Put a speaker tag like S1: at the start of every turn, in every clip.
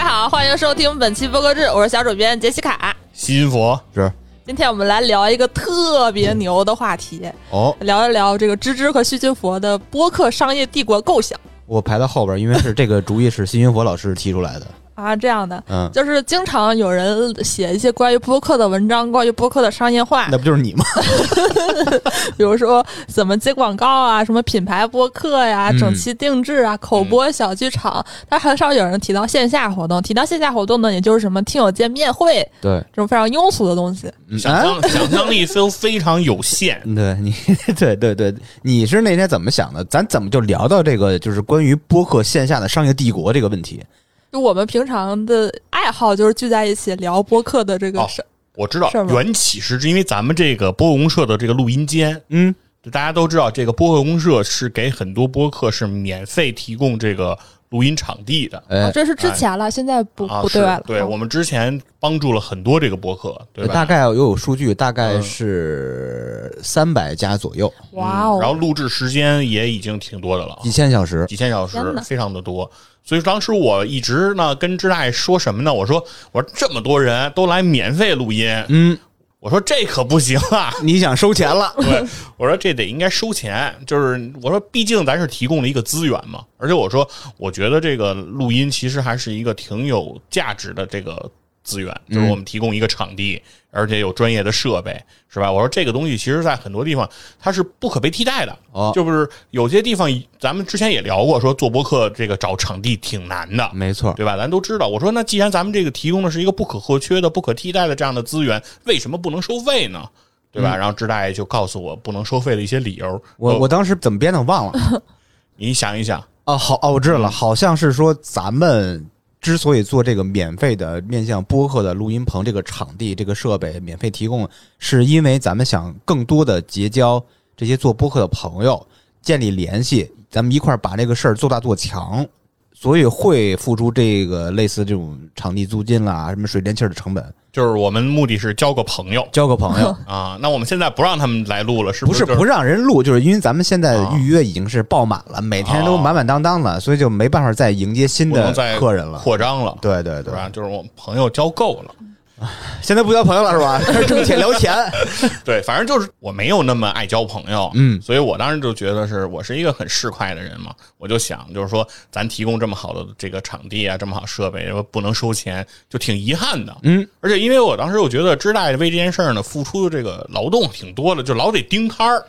S1: 好，欢迎收听本期播客制，我是小主编杰西卡。
S2: 西音佛是
S1: 今天我们来聊一个特别牛的话题，
S2: 哦，
S1: 聊一聊这个芝芝和须金佛的播客商业帝国构想
S2: 我排到后边，因为是这个呃主意是西云佛老师提出来的。
S1: 啊，这样的。
S2: 嗯，
S1: 就是经常有人写一些关于播客的文章，关于播客的商业化
S2: 那，不就是你吗？
S1: 比如说怎么接广告啊，什么品牌播客呀、
S2: 嗯
S1: 整期定制啊、口播小剧场，但很少有人提到线下活动。提到线下活动呢，也就是什么听友见面会
S2: 对，啊
S1: 这种非常庸俗的东西。
S3: 想象、想象力都非常有限。
S2: 对你，对对对，你是那天怎么想的？咱怎么就聊到这个，就是关于播客线下的商业帝国这个问题？
S1: 就我们平常的爱好就是聚在一起聊播客的这个
S3: 哦
S1: 事。
S3: 我知道
S1: 是吗，
S3: 缘起是因为咱们这个播客公社的这个录音间，
S2: 嗯，
S3: 就大家都知道，这个播客公社是给很多播客是免费提供这个录音场地的。
S2: 哎，
S1: 哦这是之前了，现在不
S3: 啊，
S1: 不
S3: 是
S1: 对外了。
S3: 对
S1: 啊
S3: 我们之前帮助了很多这个播客，对吧？
S2: 大概又有数据，大概是三百家左右，
S1: 哇
S3: 然后
S1: 哦，
S3: 录制时间也已经挺多的了，
S2: 几千小时。
S3: 几千小时
S1: 天哪，
S3: 非常的多。所以当时我一直呢跟支大爷说什么呢？我说我说这么多人都来免费录音，
S2: 嗯，
S3: 我说这可不行啊！
S2: 你想收钱了？
S3: 对，我说这得应该收钱，就是我说毕竟咱是提供了一个资源嘛，而且我说我觉得这个录音其实还是一个挺有价值的这个资源，就是我们提供一个场地，而且有专业的设备，是吧？我说这个东西其实在很多地方它是不可被替代的，
S2: 哦
S3: 就不是有些地方咱们之前也聊过，说做播客这个找场地挺难的，
S2: 没错，
S3: 对吧？咱都知道。我说，那既然咱们这个提供的是一个不可或缺的、不可替代的这样的资源，为什么不能收费呢？对
S2: 嗯
S3: 吧？然后支大爷就告诉我不能收费的一些理由。
S2: 我
S3: 呃
S2: 我当时怎么编的我忘了。
S3: 你想一想，
S2: 哦，好哦，我知道了，好像是说咱们之所以做这个免费的面向播客的录音棚，这个场地、这个设备免费提供，是因为咱们想更多的结交这些做播客的朋友，建立联系，咱们一块儿把这个事儿做大做强，所以会付出这个类似这种场地租金啦、什么水电气儿的成本，
S3: 就是我们目的是交个朋友
S2: 交个朋友。
S3: 啊。那我们现在不让他们来录了，是
S2: 不
S3: 是
S2: 是
S3: 就是？
S2: 不让人录，就是因为咱们现在
S3: 啊
S2: 预约已经是爆满了，每天都
S3: 哦
S2: 满满当当了，所以就没办法再迎接新
S3: 不
S2: 的
S3: 能再
S2: 客人了。
S3: 扩张了，
S2: 对对
S3: 是
S2: 对，
S3: 吧？就是我们朋友交够了。
S2: 现在不交朋友了是吧？ 开始挣钱聊钱。
S3: 对，反正就是我没有那么爱交朋友，
S2: 嗯
S3: 所以我当时就觉得是我是一个很市侩的人嘛，我就想就是说，咱提供这么好的这个场地啊，这么好设备，不能收钱，就挺遗憾的，
S2: 嗯，
S3: 而且因为我当时我觉得支大爷为这件事儿呢付出的这个劳动挺多的，就老得盯摊儿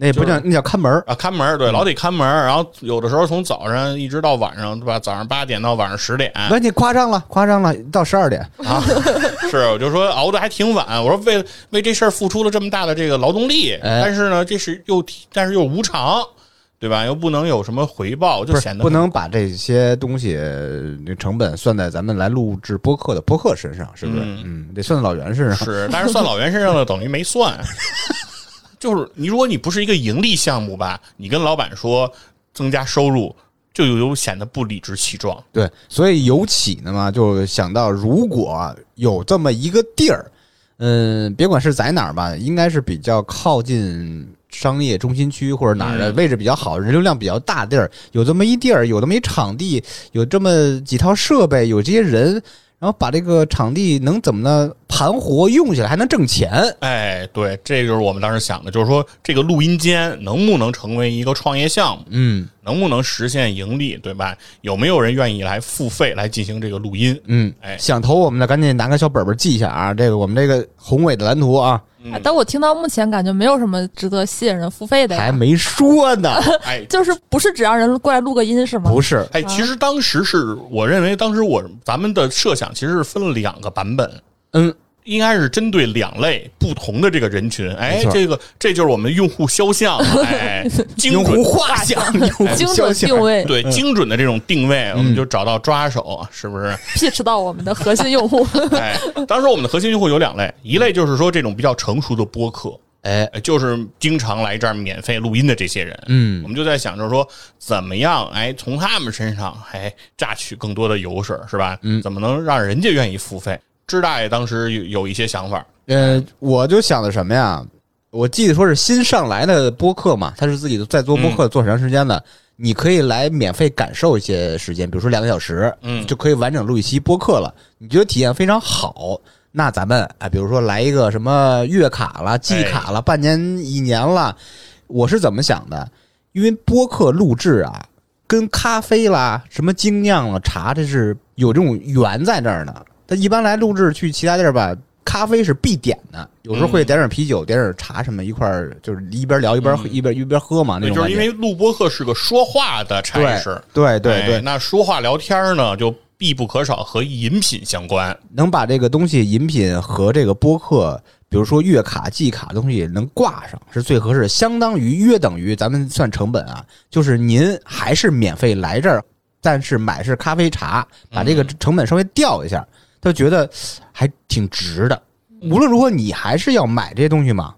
S2: 那不叫那叫看门儿，
S3: 啊，看门儿，
S2: 嗯
S3: 对，老得看门儿，然后有的时候从早上一直到晚上，对吧？早上八点到晚上十点，
S2: 那你啊夸张了，夸张了，到十二点。
S3: 啊， 是，我就说熬得还挺晚。我说为为这事儿付出了这么大的这个劳动力，
S2: 哎
S3: 但是呢，这是又提但是又无偿，对吧？又不能有什么回报，
S2: 不
S3: 就是显得
S2: 不能把这些东西呃那成本算在咱们来录制播客的播客身上，是不是？嗯，得算在老袁身上。
S3: 是，但是算老袁身上的等于没算。 就是你，如果你不是一个盈利项目吧，你跟老板说增加收入，就有显得不理直气壮。
S2: 对，所以尤其呢嘛，就想到如果啊有这么一个地儿，嗯，别管是在哪儿吧，应该是比较靠近商业中心区或者哪儿的
S3: 嗯
S2: 位置比较好，人流量比较大地儿，有这么一地儿，有这么一场地，有这么几套设备，有这些人，然后把这个场地能怎么呢盘活用起来，还能挣钱。
S3: 哎，对，这就是我们当时想的，就是说这个录音间能不能成为一个创业项目？
S2: 嗯
S3: 能不能实现盈利，对吧？有没有人愿意来付费来进行这个录音？
S2: 嗯，
S3: 哎，
S2: 想投我们的赶紧拿个小本本记一下啊，这个我们这个宏伟的蓝图啊，
S1: 啊但我听到目前感觉没有什么值得吸引人付费的呀
S2: 还没说呢，
S3: 哎，
S1: 就是不是只让人过来录个音是吗？
S2: 不是。
S3: 哎，其实当时是我认为，当时我咱们的设想其实是分了两个版本，
S2: 嗯，
S3: 应该是针对两类不同的这个人群。哎
S2: 没，错
S3: 这个这就是我们用户肖像， 哎，精
S2: 用
S3: 准
S2: 户嗯画像，用 户
S1: 精
S2: 肖
S1: 准
S2: 像
S1: 定位
S3: 对精准的这种定位，
S2: 嗯
S3: 我们就找到抓手，是不是？
S1: ，pitch 到我们的核心用户。
S3: 哎，当时我们的核心用户有两类，一类就是说这种比较成熟的播客，
S2: 哎，
S3: 呃就是经常来这儿免费录音的这些人，
S2: 嗯
S3: 我们就在想着说，怎么样，哎，从他们身上，哎，榨取更多的油水，是吧？嗯，怎么能让人家愿意付费？支大爷当时有有一些想法，
S2: 呃，我就想的什么嗯呀？我记得说是新上来的播客嘛，他是自己在做播客做很长时间的，你可以来免费感受一些时间，比如说两个小时，
S3: 嗯
S2: 就可以完整录一期播客了。你觉得体验非常好，那咱们哎，比如说来一个什么月卡了、季卡了、半年、一年了，我是怎么想的？因为播客录制啊，跟咖啡啦、什么精酿了、茶，这是有这种缘在这儿呢。但一般来录制去其他地儿吧，咖啡是必点的，有时候会点点啤酒、点点茶什么，一块儿就是一边聊一边、喝一边一边喝嘛，
S3: 嗯
S2: 那
S3: 对，就
S2: 种
S3: 是因
S2: 感觉
S3: 为录播课是个说话的差事，
S2: 对对
S3: 哎
S2: 对，
S3: 那说话聊天呢，就必不可少和饮品相关。
S2: 能把这个东西饮品和这个播客，比如说月卡、季卡的东西能挂上，是最合适的。相当于约等于咱们算成本啊，就是您还是免费来这儿，但是买是咖啡茶，把这个成本稍微掉一下，就觉得还挺值的。无论如何，你还是要买这些东西嘛。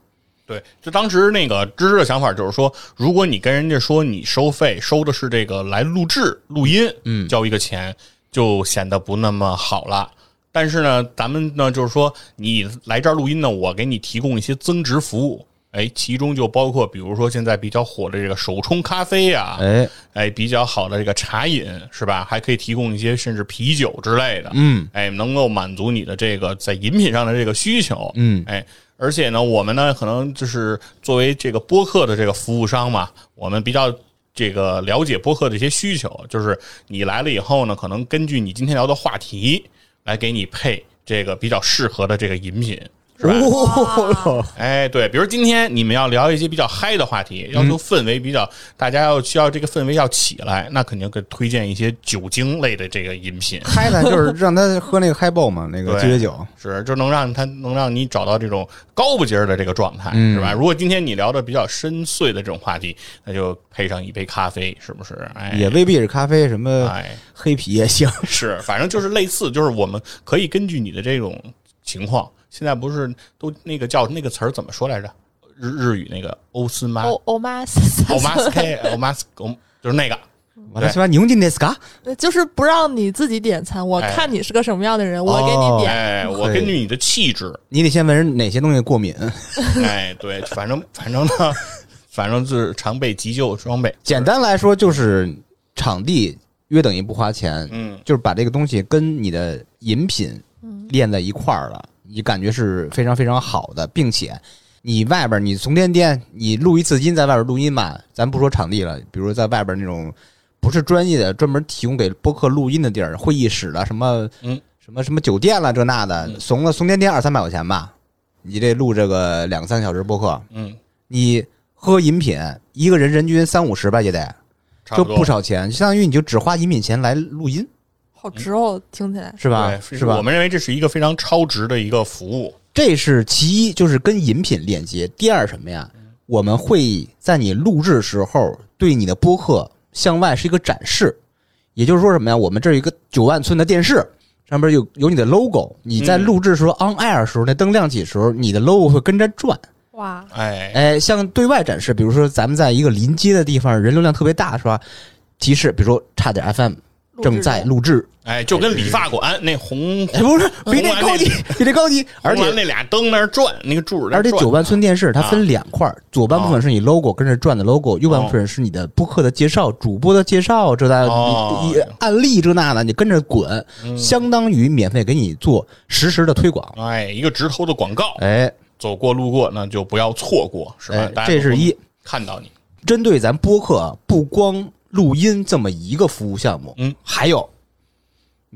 S3: 对，就当时那个芝芝的想法就是说，如果你跟人家说你收费收的是这个来录制录音，嗯，交一个钱，就显得不那么好了。但是呢，咱们呢就是说，你来这儿录音呢，我给你提供一些增值服务，哎，其中就包括比如说现在比较火的这个手冲咖啡呀、
S2: 哎，
S3: 哎，比较好的这个茶饮是吧？还可以提供一些甚至啤酒之类的，
S2: 嗯，
S3: 哎，能够满足你的这个在饮品上的这个需求，
S2: 嗯
S3: 哎，而且呢，我们呢可能就是作为这个播客的这个服务商嘛，我们比较。这个了解播客的一些需求，就是你来了以后呢，可能根据你今天聊的话题来给你配这个比较适合的这个饮品，是吧？
S2: 哦，
S3: 哎，对，比如今天你们要聊一些比较嗨的话题，要求氛围比较，大家要需要这个氛围要起来，那肯定给推荐一些酒精类的这个饮品，
S2: 嗨呢，就是让他喝那个嗨爆嘛，那个
S3: 对
S2: 鸡尾酒。
S3: 是就能让他能让你找到这种高不节儿的这个状态，
S2: 嗯
S3: 是吧？如果今天你聊的比较深邃的这种话题，那就配上一杯咖啡，是不是？哎，
S2: 也未必是咖啡，什么
S3: 哎，
S2: 黑啤也行。
S3: 是，反正就是类似，就是我们可以根据你的这种情况，现在不是都那个叫那个词儿怎么说来着？日日语那个欧斯妈
S1: 欧欧妈，
S3: o m a s k o m a s k 嗯就是那个，
S2: 完了，西班牙宁静那斯卡，
S1: 就是不让你自己点餐，我
S3: 哎
S1: 看你是个什么样的人，我给
S2: 哦
S1: 你点。
S3: 哎，我根据你的气质，
S2: 你得先问人哪些东西过敏。
S3: 哎，对，反正反正呢，反正就是常备急救装备，
S2: 简单来说就是场地约等于不花钱，
S3: 嗯，
S2: 就是把这个东西跟你的饮品练在一块儿了，你感觉是非常非常好的，并且你外边儿你从天天你录一次音，在外边儿录音嘛，咱不说场地了，比如在外边儿那种不是专业的专门提供给播客录音的地儿，会议室了什么，
S3: 嗯，
S2: 什么什么酒店了这那的，
S3: 嗯
S2: 怂了怂天天二三百块钱吧，你这录这个两三个小时播客，
S3: 嗯，
S2: 你喝饮品一个人人均三五十吧也得。
S3: 差
S2: 就
S3: 不多
S2: 不少钱，相当于你就只花饮品钱来录音，
S1: 好值哦，听起来。
S2: 是吧？
S3: 对
S2: 是吧
S3: 我？们认为这是一个非常超值的一个服务，
S2: 这是其一，就是跟饮品链接。第二什么呀？我们会在你录制时候对你的播客向外是一个展示，也就是说什么呀？我们这儿有一个九万寸的电视，上边有有你的 logo，你在
S3: 嗯
S2: 录制时候、on air 的时候，那灯亮起的时候，你的 logo 会跟着转。
S1: 哇，
S3: 哎，
S2: 哎，向对外展示，比如说咱们在一个临街的地方，人流量特别大，是吧？提示，比如说差点 FM
S1: 录制
S2: 正在
S1: 的
S2: 录制，
S3: 哎，就跟理发馆那红
S2: 哎，不是
S3: 嗯
S2: 比这高级，比这高级，而
S3: 红
S2: 且
S3: 蓝那俩灯那儿转，那个柱儿在
S2: 而且
S3: 转啊
S2: 九万寸电视它分两块儿，左半部分是你 logo 跟着转的 logo，右
S3: 哦
S2: 半部分是你的播客的介绍、主播的介绍，这那
S3: 哦嗯
S2: 一一案例这那的，你跟着滚，相当于免费给你做实时的推广。
S3: 哎，一个直投的广告，
S2: 哎
S3: 走过路过那就不要错过，是吧
S2: 哎？
S3: 大，家
S2: 这
S3: 都
S2: 是一
S3: 看到你，
S2: 针对咱播客啊不光录音这么一个服务项目，
S3: 嗯，
S2: 还有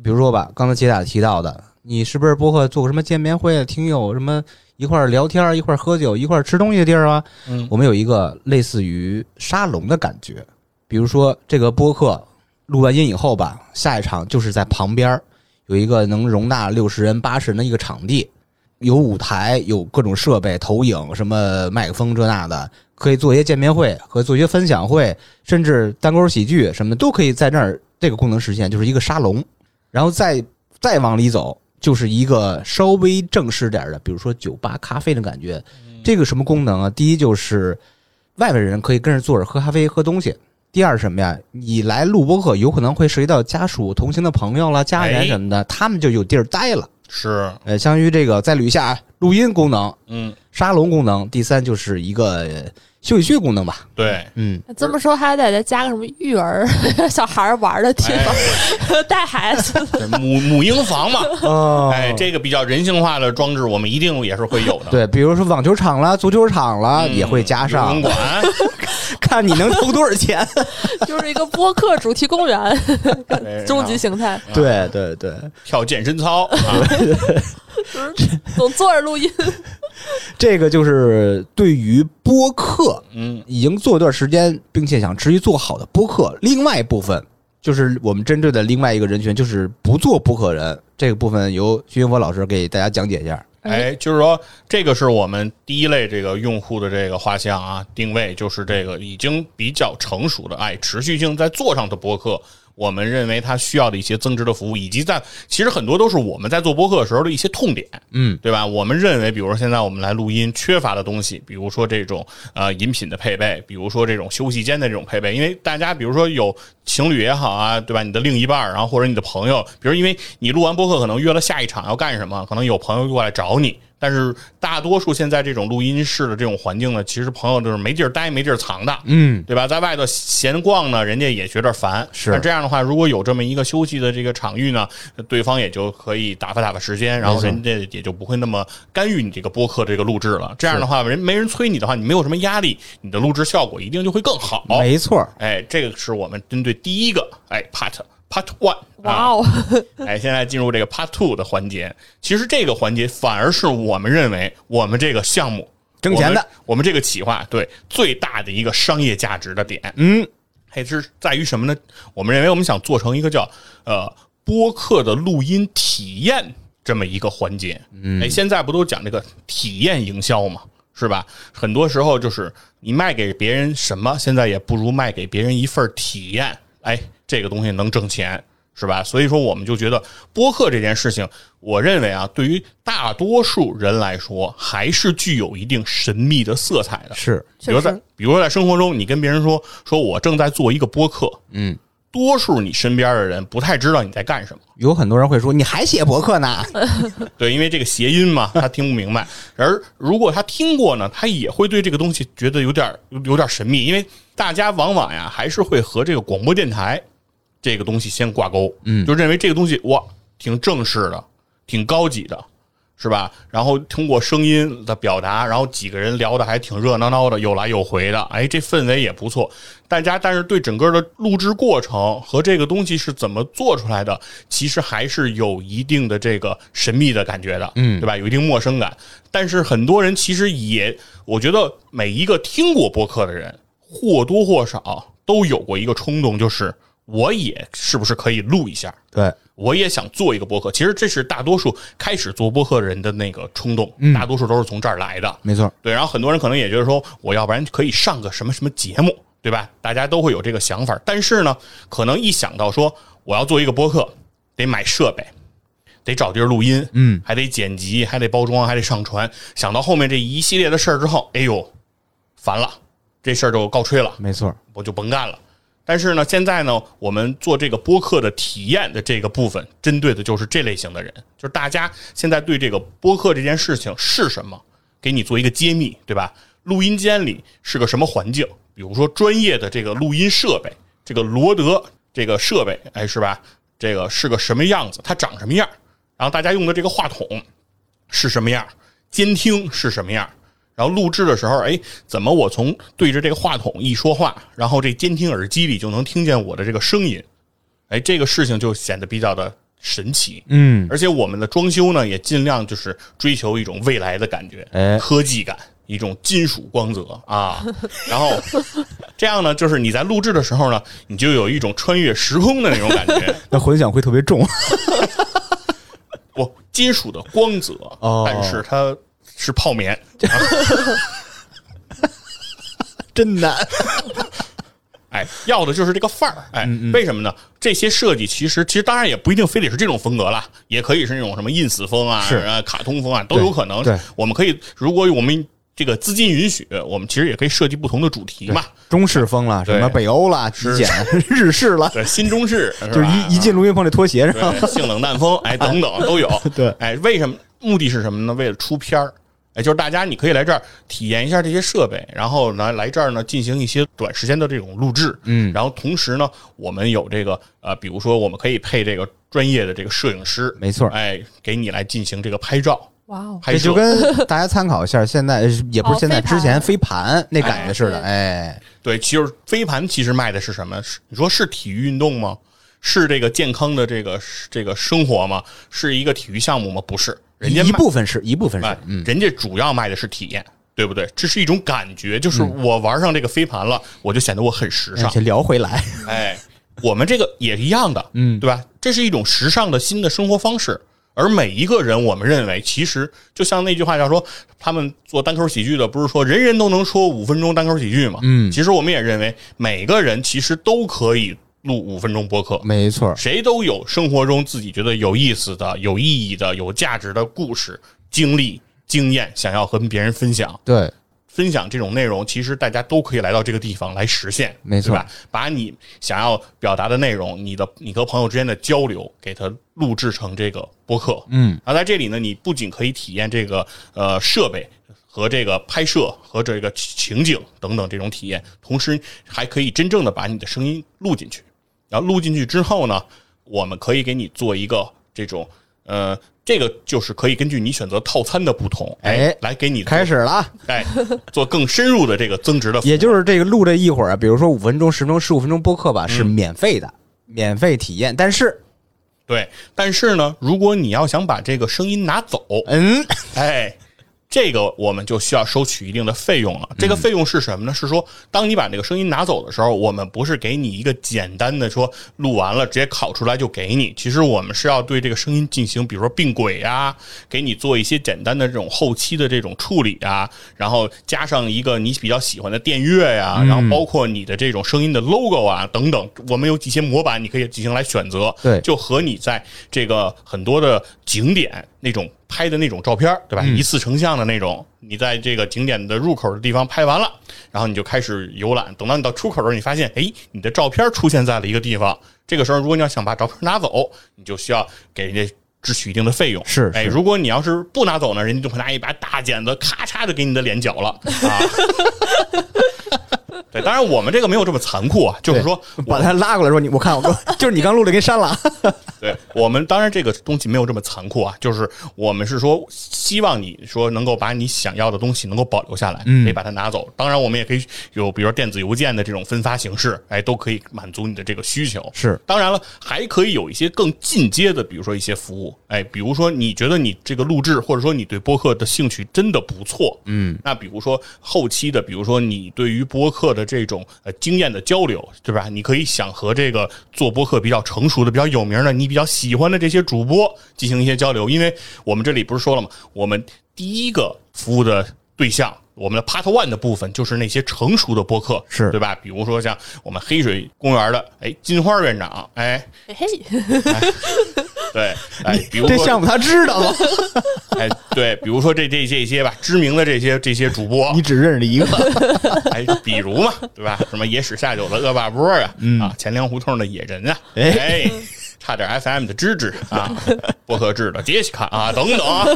S2: 比如说吧，刚才杰塔提到的，你是不是播客做过什么见面会、听友什么一块儿聊天儿、一块儿喝酒、一块儿吃东西的地儿啊？
S3: 嗯
S2: 我们有一个类似于沙龙的感觉，比如说这个播客录完音以后吧，下一场就是在旁边儿有一个能容纳六十人、八十人的一个场地，有舞台，有各种设备、投影、什么麦克风这那的，可以做一些见面会和做一些分享会，甚至单口喜剧什么的都可以在那儿这个功能实现，就是一个沙龙。然后再再往里走，就是一个稍微正式点儿的，比如说酒吧、咖啡的感觉。这个什么功能啊？第一就是外边人可以跟着坐着喝咖啡、喝东西。第二是什么呀？你来录播客，有可能会涉及到家属、同行的朋友啦、家人什么的，他们就有地儿待了。
S3: 是，
S2: 呃，相当于这个再捋一下啊，录音功能、
S3: 嗯，
S2: 沙龙功能，第三就是一个呃休息区功能吧。
S3: 对，
S2: 嗯，
S1: 哎这么说还得再加个什么育儿 小孩儿玩的地方， 带孩子。
S3: 哎对母母婴房嘛，
S2: 哦
S3: 哎，这个比较人性化的装置，我们一定也是会有的。
S2: 对，比如说网球场啦、足球场啦，
S3: 嗯
S2: 也会加
S3: 游
S2: 上
S3: 泳，馆，
S2: 看你能投多少
S3: 啊
S2: 钱。
S1: 就是一个播客主题公园，
S3: 对
S1: 终极形态，
S2: 对对对，
S3: 跳健身 操啊，
S1: 就是嗯总坐着录音。
S2: 这个就是对于播客
S3: 嗯，
S2: 已经做一段时间，并且想持续做好的播客，另外一部分就是我们针对的另外一个人群，就是不做播客人这个部分，由徐云佛老师给大家讲解一下。
S3: 哎，就是说这个是我们第一类这个用户的这个画像啊，定位就是这个已经比较成熟的，哎，持续性在做上的播客。我们认为它需要的一些增值的服务，以及在其实很多都是我们在做播客的时候的一些痛点，
S2: 嗯，
S3: 对吧？我们认为，比如说现在我们来录音缺乏的东西，比如说这种呃饮品的配备，比如说这种休息间的这种配备，因为大家比如说有情侣也好啊，对吧？你的另一半儿，然后或者你的朋友，比如因为你录完播客可能约了下一场要干什么，可能有朋友过来找你。但是大多数现在这种录音室的这种环境呢，其实朋友就是没地儿待、没地儿藏的，
S2: 嗯，
S3: 对吧？在外头闲逛呢，人家也觉得烦。
S2: 是
S3: 那这样的话，如果有这么一个休息的这个场域呢，对方也就可以打发打发时间，然后人家也就不会那么干预你这个播客这个录制了。这样的话，人没人催你的话，你没有什么压力，你的录制效果一定就会更好。
S2: 没错儿，
S3: 哎，这个是我们针对第一个哎 part part one
S1: 哇
S3: 啊
S1: 哦，
S3: 哎，现在进入这个 Part Two 的环节。其实这个环节反而是我们认为我们这个项目
S2: 挣钱
S3: 我
S2: 的
S3: 们，我们这个企划对最大的一个商业价值的点，
S2: 嗯，
S3: 还是在于什么呢？我们认为我们想做成一个叫呃播客的录音体验这么一个环节。嗯，哎，现在不都讲这个体验营销嘛，是吧？很多时候就是你卖给别人什么，现在也不如卖给别人一份体验。哎，这个东西能挣钱。是吧？所以说，我们就觉得播客这件事情，我认为啊，对于大多数人来说，还是具有一定神秘的色彩的。
S2: 是
S3: 比如在
S1: 确实
S3: 比如说在生活中，你跟别人说说我正在做一个播客，
S2: 嗯，
S3: 多数你身边的人不太知道你在干什么，
S2: 有很多人会说你还写博客呢，
S3: 对，因为这个谐音嘛，他听不明白。而如果他听过呢，他也会对这个东西觉得有点有有点神秘，因为大家往往呀还是会和这个广播电台这个东西先挂钩，嗯，就认为这个东西哇挺正式的，挺高级的，是吧？然后通过声音的表达，然后几个人聊的还挺热闹闹的，有来有回的，哎，这氛围也不错。大家但是对整个的录制过程和这个东西是怎么做出来的，其实还是有一定的这个神秘的感觉的，嗯，对吧？有一定陌生感。但是很多人其实也，我觉得每一个听过播客的人，或多或少都有过一个冲动，就是我也是不是可以录一下？
S2: 对，
S3: 我也想做一个播客。其实这是大多数开始做播客人的那个冲动，大多数都是从这儿来的。
S2: 没错儿，
S3: 对，然后很多人可能也觉得说，我要不然可以上个什么什么节目，对吧？大家都会有这个想法。但是呢，可能一想到说我要做一个播客，得买设备，得找地儿录音，
S2: 嗯，
S3: 还得剪辑，还得包装，还得上传。想到后面这一系列的事儿之后，哎呦，烦了，这事儿就告吹了。
S2: 没错儿，
S3: 我就甭干了。但是呢，现在呢，我们做这个播客的体验的这个部分，针对的就是这类型的人，就是大家现在对这个播客这件事情是什么，给你做一个揭秘，对吧？录音间里是个什么环境？比如说专业的这个录音设备，这个罗德这个设备，哎，是吧？这个是个什么样子？它长什么样？然后大家用的这个话筒是什么样，监听是什么样，然后录制的时候，哎，怎么我从对着这个话筒一说话，然后这监听耳机里就能听见我的这个声音，哎，这个事情就显得比较的神奇。
S2: 嗯，
S3: 而且我们的装修呢，也尽量就是追求一种未来的感觉，
S2: 哎
S3: 科技感，一种金属光泽啊。 然后这样呢，就是你在录制的时候呢，你就有一种穿越时空的那种感 觉。
S2: 那混响会特别重，
S3: 不，金属的光泽，
S2: 哦
S3: 但是它是泡棉，
S2: 真难。
S3: 哎，要的就是这个范儿，哎，
S2: 嗯
S3: 为什么呢？这些设计其实其实当然也不一定非得是这种风格啦，也可以是那种什么 ins 风啊，
S2: 是
S3: 啊，卡通风啊，都有可能。
S2: 对对
S3: 我们可以，如果我们这个资金允许，我们其实也可以设计不同的主题嘛。
S2: 中式风了，什么
S3: 对
S2: 北欧啦、极
S3: 是
S2: 简、日式了，
S3: 对，新中式是吧
S2: 就是一一进录音棚这拖 鞋上，
S3: 对性冷淡风，哎，等等都有。
S2: 对
S3: 哎，为什么？目的是什么呢？为了出片儿，哎，就是大家你可以来这儿体验一下这些设备，然后来来这儿呢进行一些短时间的这种录制，
S2: 嗯
S3: 然后同时呢，我们有这个呃，比如说我们可以配这个专业的这个摄影师，
S2: 没错，
S3: 哎，给你来进行这个拍照
S1: 哇哦，
S3: 拍
S2: 这
S3: 摄，
S2: 就跟大家参考一下，现在呃也不是现在，
S1: 哦飞盘
S2: 之前飞盘那感觉似的，哎，
S3: 对，其实飞盘其实卖的是什么？是你说是体育运动吗？是这个健康的这个这个生活吗？是一个体育项目吗？不是，人家
S2: 一
S3: 卖
S2: 部分是一部分是
S3: 哎，
S2: 嗯，
S3: 人家主要卖的是体验，对不对？这是一种感觉，就是我玩上这个飞盘了，我就显得我很时尚。
S2: 先聊回 来，
S3: 哎，我们这个也一样的，嗯，对吧？这是一种时尚的新的生活方式。而每一个人，我们认为，其实就像那句话叫说，他们做单口喜剧的，不是说人人都能说五分钟单口喜剧嘛？嗯，其实我们也认为，每个人其实都可以录五分钟播客，
S2: 没错，
S3: 谁都有生活中自己觉得有意思的、有意义的、有价值的故事、经历、经验，想要和别人分享。
S2: 对，
S3: 分享这种内容，其实大家都可以来到这个地方来实现，
S2: 没错
S3: 对吧？把你想要表达的内容，你的你和朋友之间的交流，给它录制成这个播客。
S2: 嗯，
S3: 而在这里呢，你不仅可以体验这个呃设备和这个拍摄和这个情景等等这种体验，同时还可以真正的把你的声音录进去。然后录进去之后呢，我们可以给你做一个这种呃，这个就是可以根据你选择套餐的不同，
S2: 哎
S3: 来给你做
S2: 开始了啊，
S3: 哎，做更深入的这个增值的服务，
S2: 也就是这个录这一会儿啊，比如说五分钟、十分钟、十五分钟播客吧，是免费的，免费体验，但是，
S3: 对。但是呢，如果你要想把这个声音拿走，
S2: 嗯，
S3: 哎，这个我们就需要收取一定的费用了。这个费用是什么呢？是说，当你把这个声音拿走的时候，我们不是给你一个简单的说录完了直接拷出来就给你，其实我们是要对这个声音进行，比如说并轨啊，给你做一些简单的这种后期的这种处理啊，然后加上一个你比较喜欢的电乐呀、然后包括你的这种声音的 logo 啊等等，我们有几些模板你可以进行来选择。
S2: 对
S3: 就和你在这个很多的景点那种拍的那种照片儿，对吧？
S2: 嗯
S3: 一次成像的那种，你在这个景点的入口的地方拍完了，然后你就开始游览。等到你到出口的时候，你发现，哎，你的照片出现在了一个地方。这个时候，如果你要想把照片拿走，你就需要给人家支取一定的费用。
S2: 是
S3: 哎，
S2: 是
S3: 如果你要是不拿走呢，人家就会拿一把大剪子，咔嚓就给你的脸绞了 啊！对，当然我们这个没有这么残酷啊，就是说我
S2: 把他拉过来说你，我看我说，就是你刚录的给删了啊，
S3: 对我们当然这个东西没有这么残酷啊，就是我们是说希望你说能够把你想要的东西能够保留下来，可以把它拿走。当然，我们也可以有比如说电子邮件的这种分发形式，哎，都可以满足你的这个需求。
S2: 是
S3: 当然了，还可以有一些更进阶的，比如说一些服务，哎，比如说你觉得你这个录制，或者说你对播客的兴趣真的不错，嗯，那比如说后期的，比如说你对于播客的这种呃经验的交流，对吧？你可以想和这个做播客比较成熟的、比较有名的、你比较喜欢的这些主播进行一些交流，因为我们这里不是说了吗？我们第一个服务的对象。我们的 Part One 的部分就是那些成熟的播客，
S2: 是
S3: 对吧？比如说像我们黑水公园的，哎，金花院长，哎，
S1: 嘿嘿，
S3: 对，哎，比如
S2: 这
S3: 说，
S2: 项目他知道吗？
S3: 哎，对，比如说这这这些吧，知名的这些这些主播
S2: 你，只认识一个，
S3: 哎，比如嘛，对吧？什么野史下酒的恶霸波啊，啊，钱粮胡同的野人啊，
S2: 嗯哎
S3: 哎，差点 FM 的芝芝啊，薄荷制的杰西卡啊，等等啊，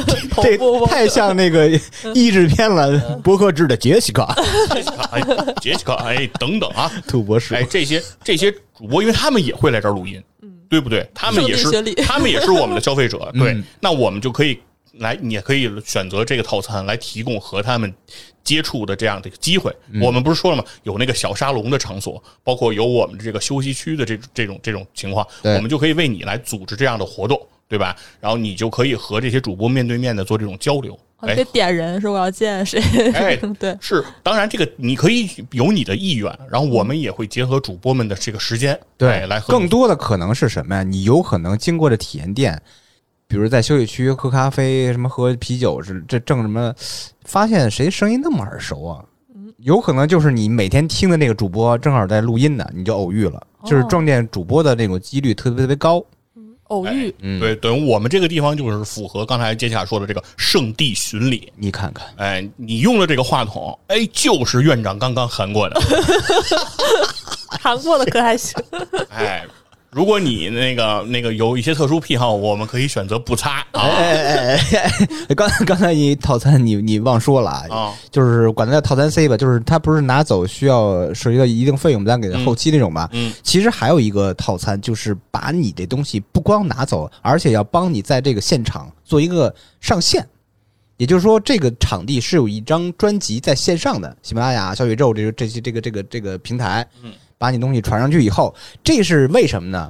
S2: 这
S1: 不不
S2: 太像那个译制片了，博客制的杰西卡
S3: 杰西卡，哎，杰西卡，哎，等等啊，
S2: 土博士
S3: 哎，，这些这些主播，因为他们也会来这儿录音，对不对？他们也是
S1: 受地学理
S3: 他们也是我们的消费 者，对，那我们就可以来，你也可以选择这个套餐来提供和他们接触的这样的一个机会。我们不是说了吗？有那个小沙龙的场所，包括有我们这个休息区的这这种这种情况，
S2: 对
S3: 我们就可以为你来组织这样的活动，对吧？然后你就可以和这些主播面对面的做这种交流。
S1: 我
S3: 哎
S1: 得，点人说我要见谁，
S3: 哎
S1: 对，
S3: 是，当然这个你可以有你的意愿，然后我们也会结合主播们的这个时间，哎来和你
S2: 更多的可能是什么呀？你有可能经过这体验店，比如在休息区喝咖啡，什么喝啤酒，是这正什么，发现谁声音那么耳熟啊？有可能就是你每天听的那个主播正好在录音呢，你就偶遇了，就是撞见主播的那种几率特别特别高。
S1: 偶遇，
S2: 嗯
S3: 对，等于我们这个地方就是符合刚才杰西卡说的这个圣地巡礼。
S2: 你看看，
S3: 哎，你用了这个话筒，哎，就是院长刚刚喊过的。
S1: 韩国的可还行，
S3: 哎，如果你那个那个有一些特殊癖好，我们可以选择不擦
S2: 哎
S3: 啊
S2: 哎哎哎！刚才刚才你套餐你你忘说了啊，
S3: 啊
S2: 就是管它叫套餐 C 吧，就是它不是拿走需要涉及到一定费用，咱给它后期那种吧。
S3: 嗯嗯
S2: 其实还有一个套餐，就是把你这东西不光拿走，而且要帮你在这个现场做一个上线。也就是说，这个场地是有一张专辑在线上的，喜马拉雅、小宇宙这个这些这个这个这个平台，
S3: 嗯，
S2: 把你东西传上去以后，这是为什么呢？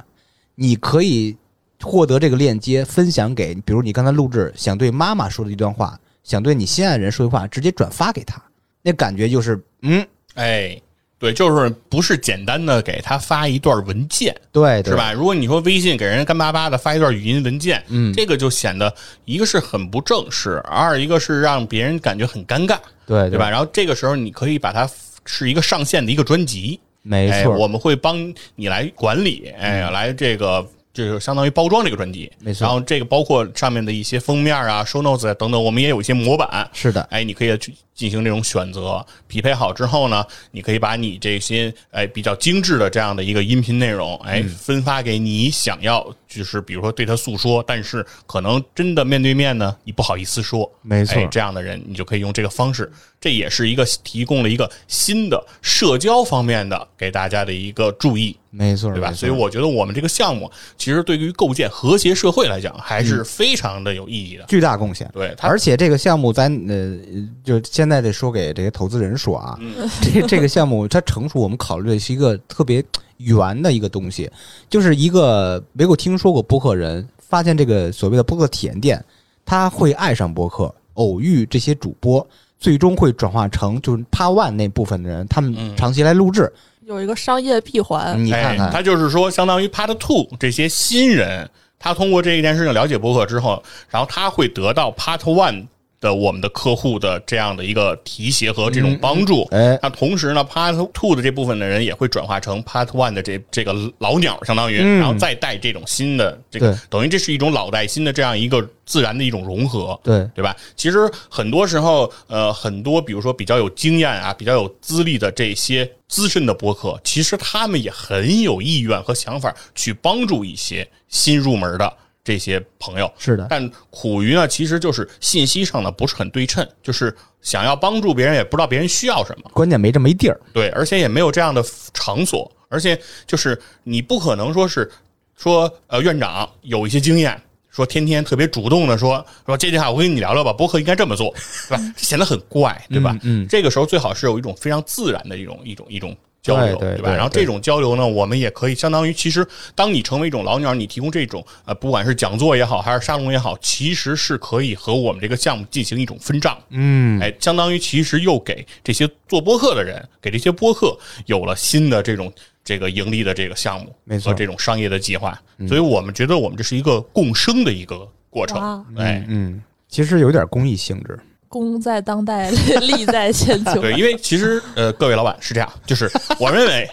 S2: 你可以获得这个链接，分享给，比如你刚才录制想对妈妈说的一段话，想对你心爱的人说的话，直接转发给他，那感觉就是，嗯，
S3: 哎，对，就是不是简单的给他发一段文件
S2: 对，对
S3: 是？吧？如果你说微信给人干巴巴的发一段语音文件，
S2: 嗯
S3: 这个就显得一个是很不正式，二一个是让别人感觉很尴尬，
S2: 对
S3: 对吧？？然后这个时候你可以把它是一个上线的一个专辑，
S2: 没
S3: 哎，
S2: 错，嗯
S3: 我们会帮你来管理，哎，来这个。就是相当于包装这个专辑，
S2: 没错
S3: 然后这个包括上面的一些封面啊、show notes 啊等等，我们也有一些模板。
S2: 是的，
S3: 哎，你可以去进行这种选择，匹配好之后呢，你可以把你这些哎比较精致的这样的一个音频内容，哎
S2: 嗯
S3: 分发给你想要，就是比如说对他诉说，但是可能真的面对面呢，你不好意思说，
S2: 没错
S3: 哎这样的人你就可以用这个方式，这也是一个提供了一个新的社交方面的给大家的一个注意，
S2: 没错，
S3: 对吧？
S2: 嗯没错
S3: 所以我觉得我们这个项目其实对于构建和谐社会来讲，还
S2: 嗯
S3: 是非常的有意义的。
S2: 巨大贡献。
S3: 对，它
S2: 而且这个项目咱呃，就现在得说给这些投资人说啊，
S3: 嗯
S2: 这这个项目它成熟，我们考虑的是一个特别圆的一个东西，就是一个没有听说过播客人发现这个所谓的播客体验店，他会爱上播客，偶遇这些主播，最终会转化成就是 Part One 那部分的人，他们
S3: 嗯
S2: 长期来录制，
S1: 有一个商业闭环，
S2: 你看
S3: 哎，
S2: 看，
S3: 他就是说，相当于 Part Two 这些新人，他通过这一件事情了解播客之后，然后他会得到 Part One 的我们的客户的这样的一个提携和这种帮助。
S2: 哎，
S3: 那同时呢，Part Two 的这部分的人也会转化成 Part One 的这这个老鸟，相当于，
S2: 嗯
S3: 然后再带这种新的这个
S2: 对，
S3: 等于这是一种老带新的这样一个自然的一种融合。
S2: 对，
S3: 对吧？其实很多时候，呃，很多比如说比较有经验啊、比较有资历的这些资深的播客，其实他们也很有意愿和想法去帮助一些新入门的这些朋友。
S2: 是的，
S3: 但苦于呢，其实就是信息上呢不是很对称，就是想要帮助别人，也不知道别人需要什么。
S2: 关键没这么一地儿，
S3: 对，而且也没有这样的场所，而且就是你不可能说是说呃院长有一些经验，说天天特别主动的说说这句话我跟你聊聊吧，播客应该这么做，对吧？这显得很怪，对吧？
S2: 嗯嗯
S3: 这个时候最好是有一种非常自然的一种一种一种。交流
S2: 对对
S3: 吧？
S2: 对
S3: 然后这种交流呢，我们也可以相当于，其实当你成为一种老鸟，你提供这种呃，不管是讲座也好，还是沙龙也好，其实是可以和我们这个项目进行一种分账。
S2: 嗯，
S3: 哎，相当于其实又给这些做播客的人，给这些播客有了新的这种这个盈利的这个项目
S2: 没错嗯
S3: 和这种商业的计划，所以我们觉得我们这是一个共生的一个过
S1: 哇
S3: 程。哎，
S2: 嗯，其实有点公益性质，
S1: 功在当代，利在千秋。
S3: 对，因为其实呃，各位老板是这样，就是我认为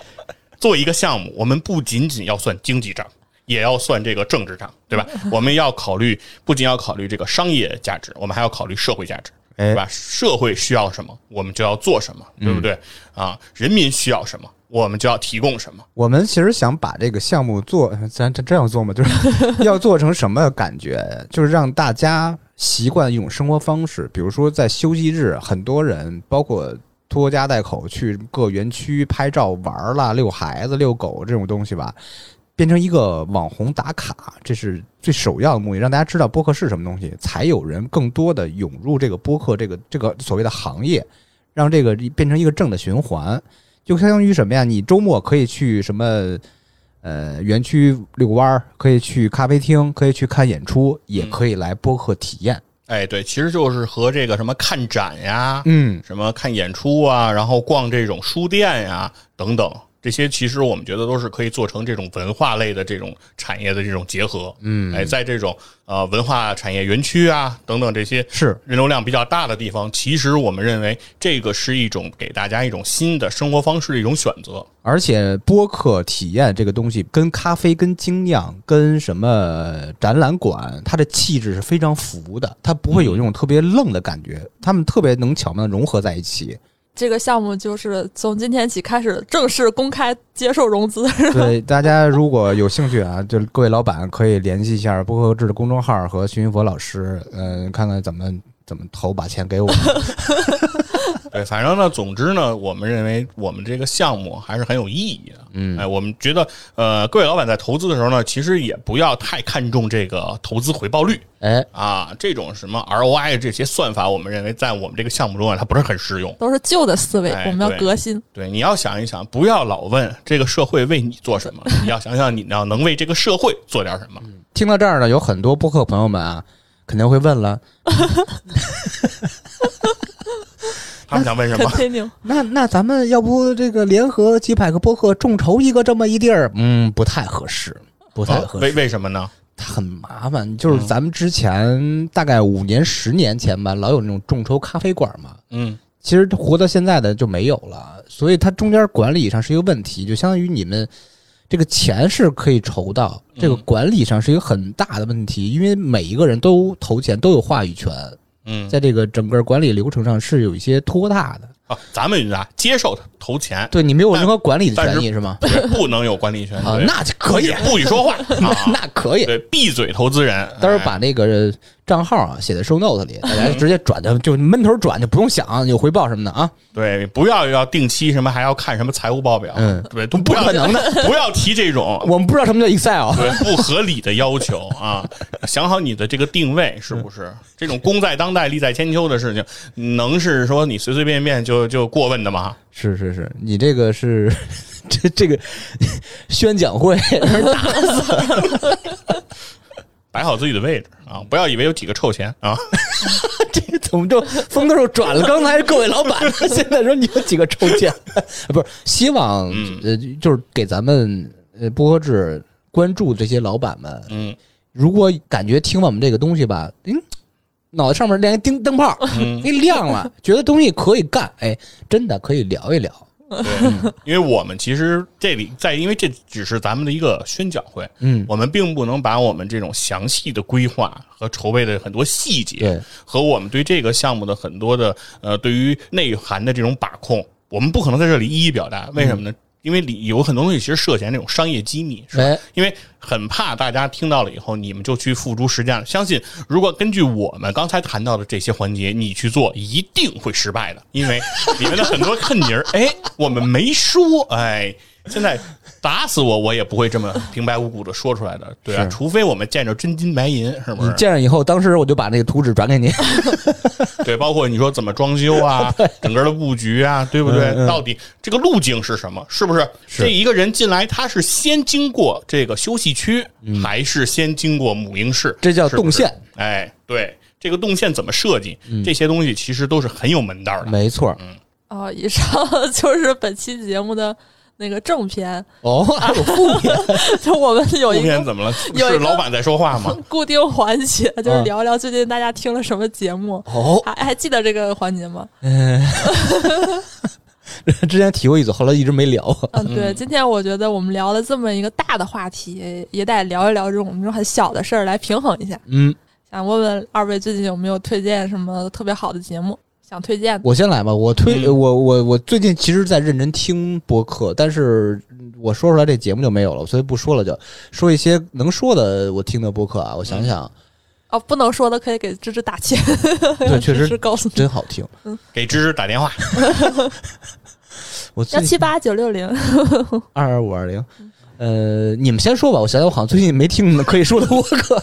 S3: 做一个项目，我们不仅仅要算经济账。也要算这个政治账，对吧？我们要考虑，不仅要考虑这个商业价值，我们还要考虑社会价值。
S2: 哎
S3: 对，吧？社会需要什么，我们就要做什么，对不对？啊，人民需要什么，我们就要提供什么。
S2: 我们其实想把这个项目做，呃咱这这样做吗？就是 要做成什么感觉？就是让大家习惯一种生活方式，比如说在休息日，很多人包括拖家带口去各园区拍照玩儿啦、遛孩子、遛狗这种东西吧，变成一个网红打卡，这是最首要的目的，让大家知道播客是什么东西，才有人更多的涌入这个播客这个这个所谓的行业，让这个变成一个正的循环。就相当于什么呀？你周末可以去什么？呃，园区遛弯儿，可以去咖啡厅，可以去看演出，也可以来播客体验。
S3: 哎，对，其实就是和这个什么看展呀，
S2: 嗯，
S3: 什么看演出啊，然后逛这种书店呀等等，这些其实我们觉得都是可以做成这种文化类的这种产业的这种结合。嗯，哎，在这种呃文化产业园区啊等等这些
S2: 是
S3: 人流量比较大的地方，其实我们认为这个是一种给大家一种新的生活方式的一种选择。
S2: 而且播客体验这个东西，跟咖啡、跟精酿、跟什么展览馆，它的气质是非嗯常符的，它不会有那种特别愣的感觉，他们特别能巧妙的融合在一起。
S1: 这个项目就是从今天起开始正式公开接受融资。
S2: 对，大家如果有兴趣啊，就是各位老板可以联系一下播客制的公众号和徐云佛老师，嗯、看看怎么怎么投把钱给我们。
S3: 对，反正呢，总之呢，我们认为我们这个项目还是很有意义的。
S2: 嗯
S3: 哎，我们觉得，呃，各位老板在投资的时候呢，其实也不要太看重这个投资回报率
S2: 哎，
S3: 啊，这种什么 ROI 这些算法，我们认为在我们这个项目中啊，它不是很实用。
S1: 都是旧的思维，
S3: 哎
S1: 我们要
S3: 对
S1: 革新。
S3: 对，你要想一想，不要老问这个社会为你做什么，你要想想你要能为这个社会做点什么。
S2: 听到这儿呢，有很多播客朋友们啊，肯定会问了，
S3: 他们想问什么？
S1: Continue，
S2: 那那咱们要不这个联合几百个播客众筹一个这么一地儿？嗯，不太合适，不太
S3: 啊
S2: 合适
S3: 为。为什么呢？
S2: 它很麻烦，就是咱们之前大概五年、十年前吧，老有那种众筹咖啡馆嘛。
S3: 嗯，
S2: 其实活到现在的就没有了，所以它中间管理上是一个问题，就相当于你们这个钱是可以筹到，
S3: 嗯
S2: 这个管理上是一个很大的问题，因为每一个人都投钱都有话语权，
S3: 嗯
S2: 在这个整个管理流程上是有一些拖沓的。
S3: 啊，咱们啊接受他投钱，
S2: 对你没有任何管理的
S3: 但
S2: 权
S3: 是
S2: 利是吗？
S3: 对不能有管理权，
S2: 啊，
S3: 对
S2: 那就可以
S3: 也，不许说话
S2: 那
S3: 啊，
S2: 那可以。
S3: 对，闭嘴投资人。哎
S2: 到时候把那个账号啊写在 show note 里，大家直接转就就闷头转，就不用想有回报什么的啊。
S3: 对，不要要定期什么，还要看什么财务报表，
S2: 嗯
S3: 对，都不要
S2: 不可能
S3: 的，不要提这 种
S2: 我们不知道什么叫 Excel，
S3: 对不合理的要求啊！想好你的这个定位是不是这种功在当代、利在千秋的事情，能是说你随随便便就就过问的吗？
S2: 是是是，你这个是这这个宣讲会，
S3: 摆好自己的位置啊！不要以为有几个臭钱啊！
S2: 这个怎么就风头就转了？刚才是各位老板， 现在说你有几个抽签，不是希望
S3: 嗯
S2: 呃就是给咱们呃播客制关注这些老板们，
S3: 嗯
S2: 如果感觉听我们这个东西吧，嗯，脑袋上面连个钉灯泡。
S3: 嗯，
S2: 一亮了，觉得东西可以干，哎，真的可以聊一聊。
S3: 对，嗯因为我们其实这里在，因为这只是咱们的一个宣讲会，
S2: 嗯，
S3: 我们并不能把我们这种详细的规划和筹备的很多细节
S2: 对，
S3: 和我们对这个项目的很多的呃对于内涵的这种把控，我们不可能在这里一一表达。为什么
S2: 嗯
S3: 呢？因为里有很多东西其实涉嫌那种商业机密，是吧？
S2: 哎，
S3: 因为很怕大家听到了以后，你们就去付诸实践。相信如果根据我们刚才谈到的这些环节，你去做，一定会失败的，因为里面的很多坑泥儿，哎，我们没说，哎，现在打死我我也不会这么平白无故的说出来的，对啊，
S2: 是
S3: 除非我们见着真金白银，是不
S2: 你
S3: 是？
S2: 见着以后，当时我就把那个图纸转给你。
S3: 对，包括你说怎么装修啊，整个的布局啊，对不对？到底这个路径是什么？是不是这一个人进来，他是先经过这个休息区，还是先经过母婴室？
S2: 这叫
S3: 是不是
S2: 动线。
S3: 哎，对，这个动线怎么设计？这些东西其实都是很有门道的。
S2: 没错儿，
S3: 嗯
S1: 啊，以上 就是本期节目的那个正片，
S2: 哦，还有负面，
S1: 就我们有
S3: 后
S1: 一
S3: 面
S1: 个
S3: 怎么了？
S1: 有一
S3: 是
S1: 个
S3: 老板在说话 吗？
S1: 固定环节，就是
S2: 嗯
S1: 聊聊最近大家听了什么节目。
S2: 哦，
S1: 还还记得这个环节吗？
S2: 之前提过一次，后来一直没聊。
S1: 嗯，对，今天我觉得我们聊了这么一个大的话题，也得聊一聊这种我们这种很小的事儿来平衡一下。
S2: 嗯，
S1: 想问问二位最近有没有推荐什么特别好的节目？想推荐的？
S2: 我先来吧，我推、
S3: 嗯
S2: 我我我最近其实在认真听播客，但是我说出来这节目就没有了，所以不说了就，说一些能说的我听的播客啊。我想想，
S1: 哦，不能说的可以给芝芝打钱。
S2: 对， 确
S1: 芝
S2: 实
S1: 芝告诉你，
S2: 真好听。
S3: 给芝芝打电话。
S2: 我
S1: 幺
S2: 最
S1: 七八九六零，
S2: 二二五二零，呃，你们先说吧，我想想，我好像最近没听可以说的播客。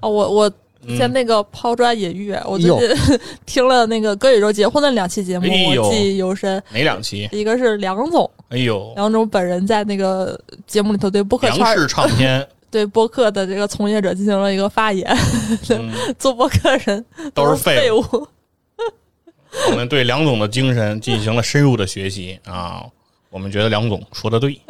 S1: 哦，我我
S3: 嗯
S1: 在那个抛砖引玉，我最
S2: 哟
S1: 近 听了那个《歌与周结婚》的两期节目，
S3: 哎呦
S1: 我记忆犹深。
S3: 哪两期？
S1: 一个是梁总，
S3: 哎呦，
S1: 梁总本人在那个节目里头对播客
S3: 杨
S1: 圈儿
S3: 氏唱 片
S1: 对播客的这个从业者进行了一个发言，
S3: 嗯
S1: 做播客人
S3: 都是
S1: 是
S3: 废
S1: 废
S3: 物。
S1: 物。
S3: 我们对梁总的精神进行了深入的学习啊。我们觉得梁总说的对，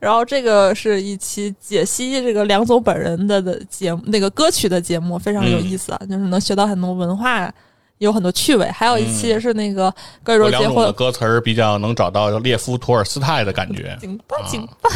S1: 然后这个是一期解析这个梁总
S3: 嗯
S1: 本人的的节目，那个歌曲的节目非常有意思啊，就是能学到很多文化。有很多趣味，还有一期是那个跟
S3: 嗯有
S1: 若
S3: 两
S1: 结
S3: 种的
S1: 婚，
S3: 歌词儿比较能找到列夫·托尔斯泰的感觉。
S1: 警报警报！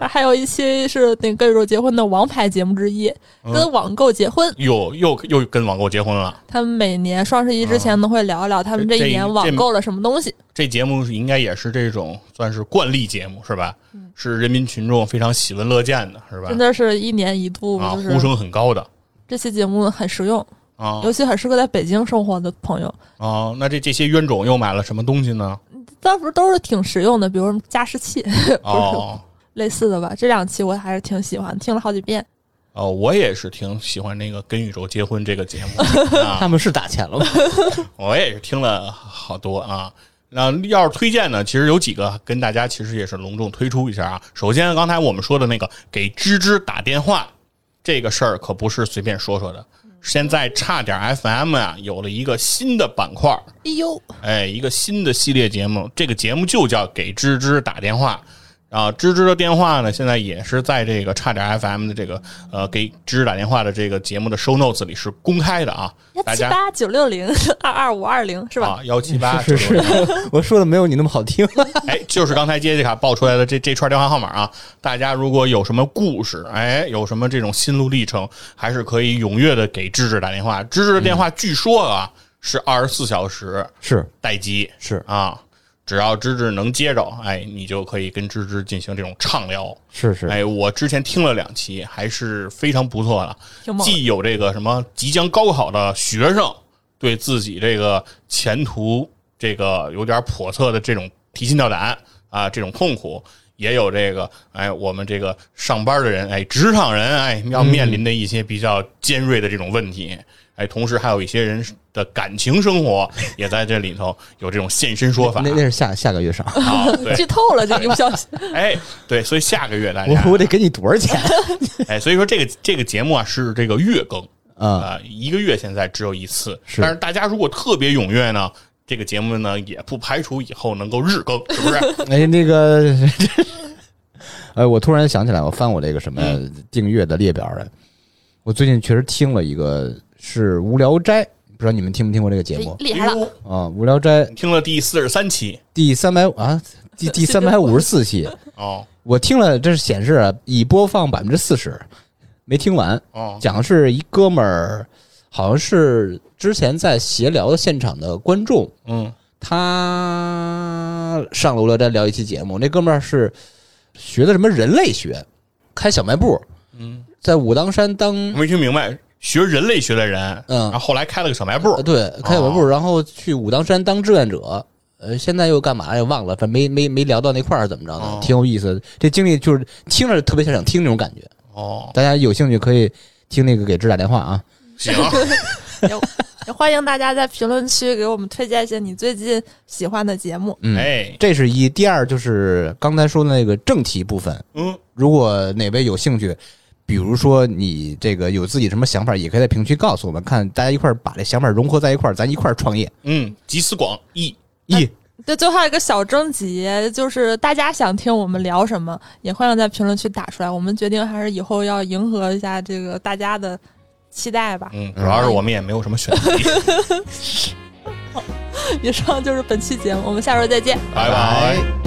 S1: 还有一期是那个跟若结婚的王牌节目之一，
S3: 嗯
S1: 跟网购结婚。
S3: 又又又跟网购结婚了，
S1: 他们每年双十一之前都会聊一聊他们
S3: 啊这
S1: 这一
S3: 这
S1: 年网购了什么东西。
S3: 这节目应该也是这种算是惯例节目是吧？是人民群众非常喜闻乐见的是吧
S1: 嗯真？的是一年一度，
S3: 啊，
S1: 就
S3: 呼
S1: 是
S3: 声很高的
S1: 这期节目很实用，
S3: 啊
S1: 尤其很适合在北京生活的朋友。
S3: 啊！那这这些冤种又买了什么东西呢？
S1: 但不是都是挺实用的，比如什么加湿器
S3: 哦
S1: 类似的吧。这两期我还是挺喜欢，听了好几遍。
S3: 哦，我也是挺喜欢那个《跟宇宙结婚》这个节目啊
S2: 他，们是打钱了吗？
S3: 我也是听了好多啊。那要是推荐呢，其实有几个跟大家其实也是隆重推出一下啊。首先，刚才我们说的那个给芝芝打电话这个事儿，可不是随便说说的。现在差点 FM 啊，有了一个新的板块儿，
S1: 哎呦，
S3: 哎，一个新的系列节目，这个节目就叫《给芝芝打电话》。啊，芝芝的电话呢，现在也是在这个差点 FM 的这个呃给芝芝打电话的这个节目的 show notes 里是公开的啊，大
S1: 幺七
S3: 家
S1: 八九六零 二二五二零是吧？
S3: 啊幺七八
S2: 是是， 我说的没有你那么好听。
S3: 哎，就是刚才杰西卡报出来的这这串电话号码啊，大家如果有什么故事，哎，有什么这种心路历程，还是可以踊跃的给芝芝打电话。芝芝的电话据说啊、是二十四小时
S4: 是
S3: 待机
S4: 是
S3: 啊，只要芝芝能接着，哎，你就可以跟芝芝进行这种畅聊。
S4: 是是，
S3: 哎，我之前听了两期，还是非常不错的。
S1: 挺猛的。
S3: 既有这个什么即将高考的学生对自己这个前途这个有点叵测的这种提心吊胆啊，这种痛苦，也有这个哎，我们这个上班的人哎，职场人哎，
S2: 嗯
S3: 要面临的一些比较尖锐的这种问题。哎，同时还有一些人的感情生活也在这里头有这种现身说法
S2: 那那是下下个月上，
S3: 啊， 对，
S1: 剧透了这一个消息，
S3: 哎，对，所以下个月大家
S2: 我我得给你多少钱
S3: 哎，所以说这个这个节目啊是这个月更，
S2: 啊？
S3: 啊、一个月现在只有一次，
S2: 是
S3: 但是大家如果特别踊跃呢，这个节目呢也不排除以后能够日更，是不是？
S2: 哎，那个，哎，我突然想起来，我翻我这个什么订阅的列表了。我最近确实听了一个是《无聊斋》，不知道你们听没听过这 个节目
S1: 厉害了，
S3: 哎呦
S2: 啊？《无聊斋》
S3: 听了第四十三期
S2: 第三百啊，第第三百五十四期，
S3: 哦
S2: 我听了，这是显示啊，已播放百分之四十，没听完。
S3: 哦
S2: 讲的是一哥们儿，好像是之前在闲聊的现场的观众，
S3: 嗯
S2: 他上楼了，再聊一期节目。那哥们儿是学的什么人类学，开小卖部，
S3: 嗯，
S2: 在武当山当
S3: 没听明白，学人类学的人，
S2: 嗯
S3: 然后后来开了个小卖部
S2: 呃，对开小卖
S3: 哦
S2: 部，然后去武当山当志愿者。呃，现在又干嘛呀？忘了，反正没没没聊到那块儿，怎么着
S3: 哦
S2: 的，挺有意思的。这经历就是听着特别想想听那种感觉。
S3: 哦，
S2: 大家有兴趣可以听那个给芝打电话啊。
S3: 行，
S1: 也也欢迎大家在评论区给我们推荐一些你最近喜欢的节目。
S2: 嗯，
S3: 哎
S2: 这是一。第二就是刚才说的那个正题部分，
S3: 嗯
S2: 如果哪位有兴趣，比如说你这个有自己什么想法，也可以在评论区告诉我们，看大家一块儿把这想法融合在一块儿，咱一块儿创业。
S3: 嗯，集思广益，
S2: 一
S1: 对，最后一个小征集，就是大家想听我们聊什么，也欢迎在评论区打出来。我们决定还是以后要迎合一下这个大家的期待吧。
S3: 嗯，主要是我们也没有什么选择 题，
S1: 以上就是本期节目，我们下周再见。
S3: 拜拜。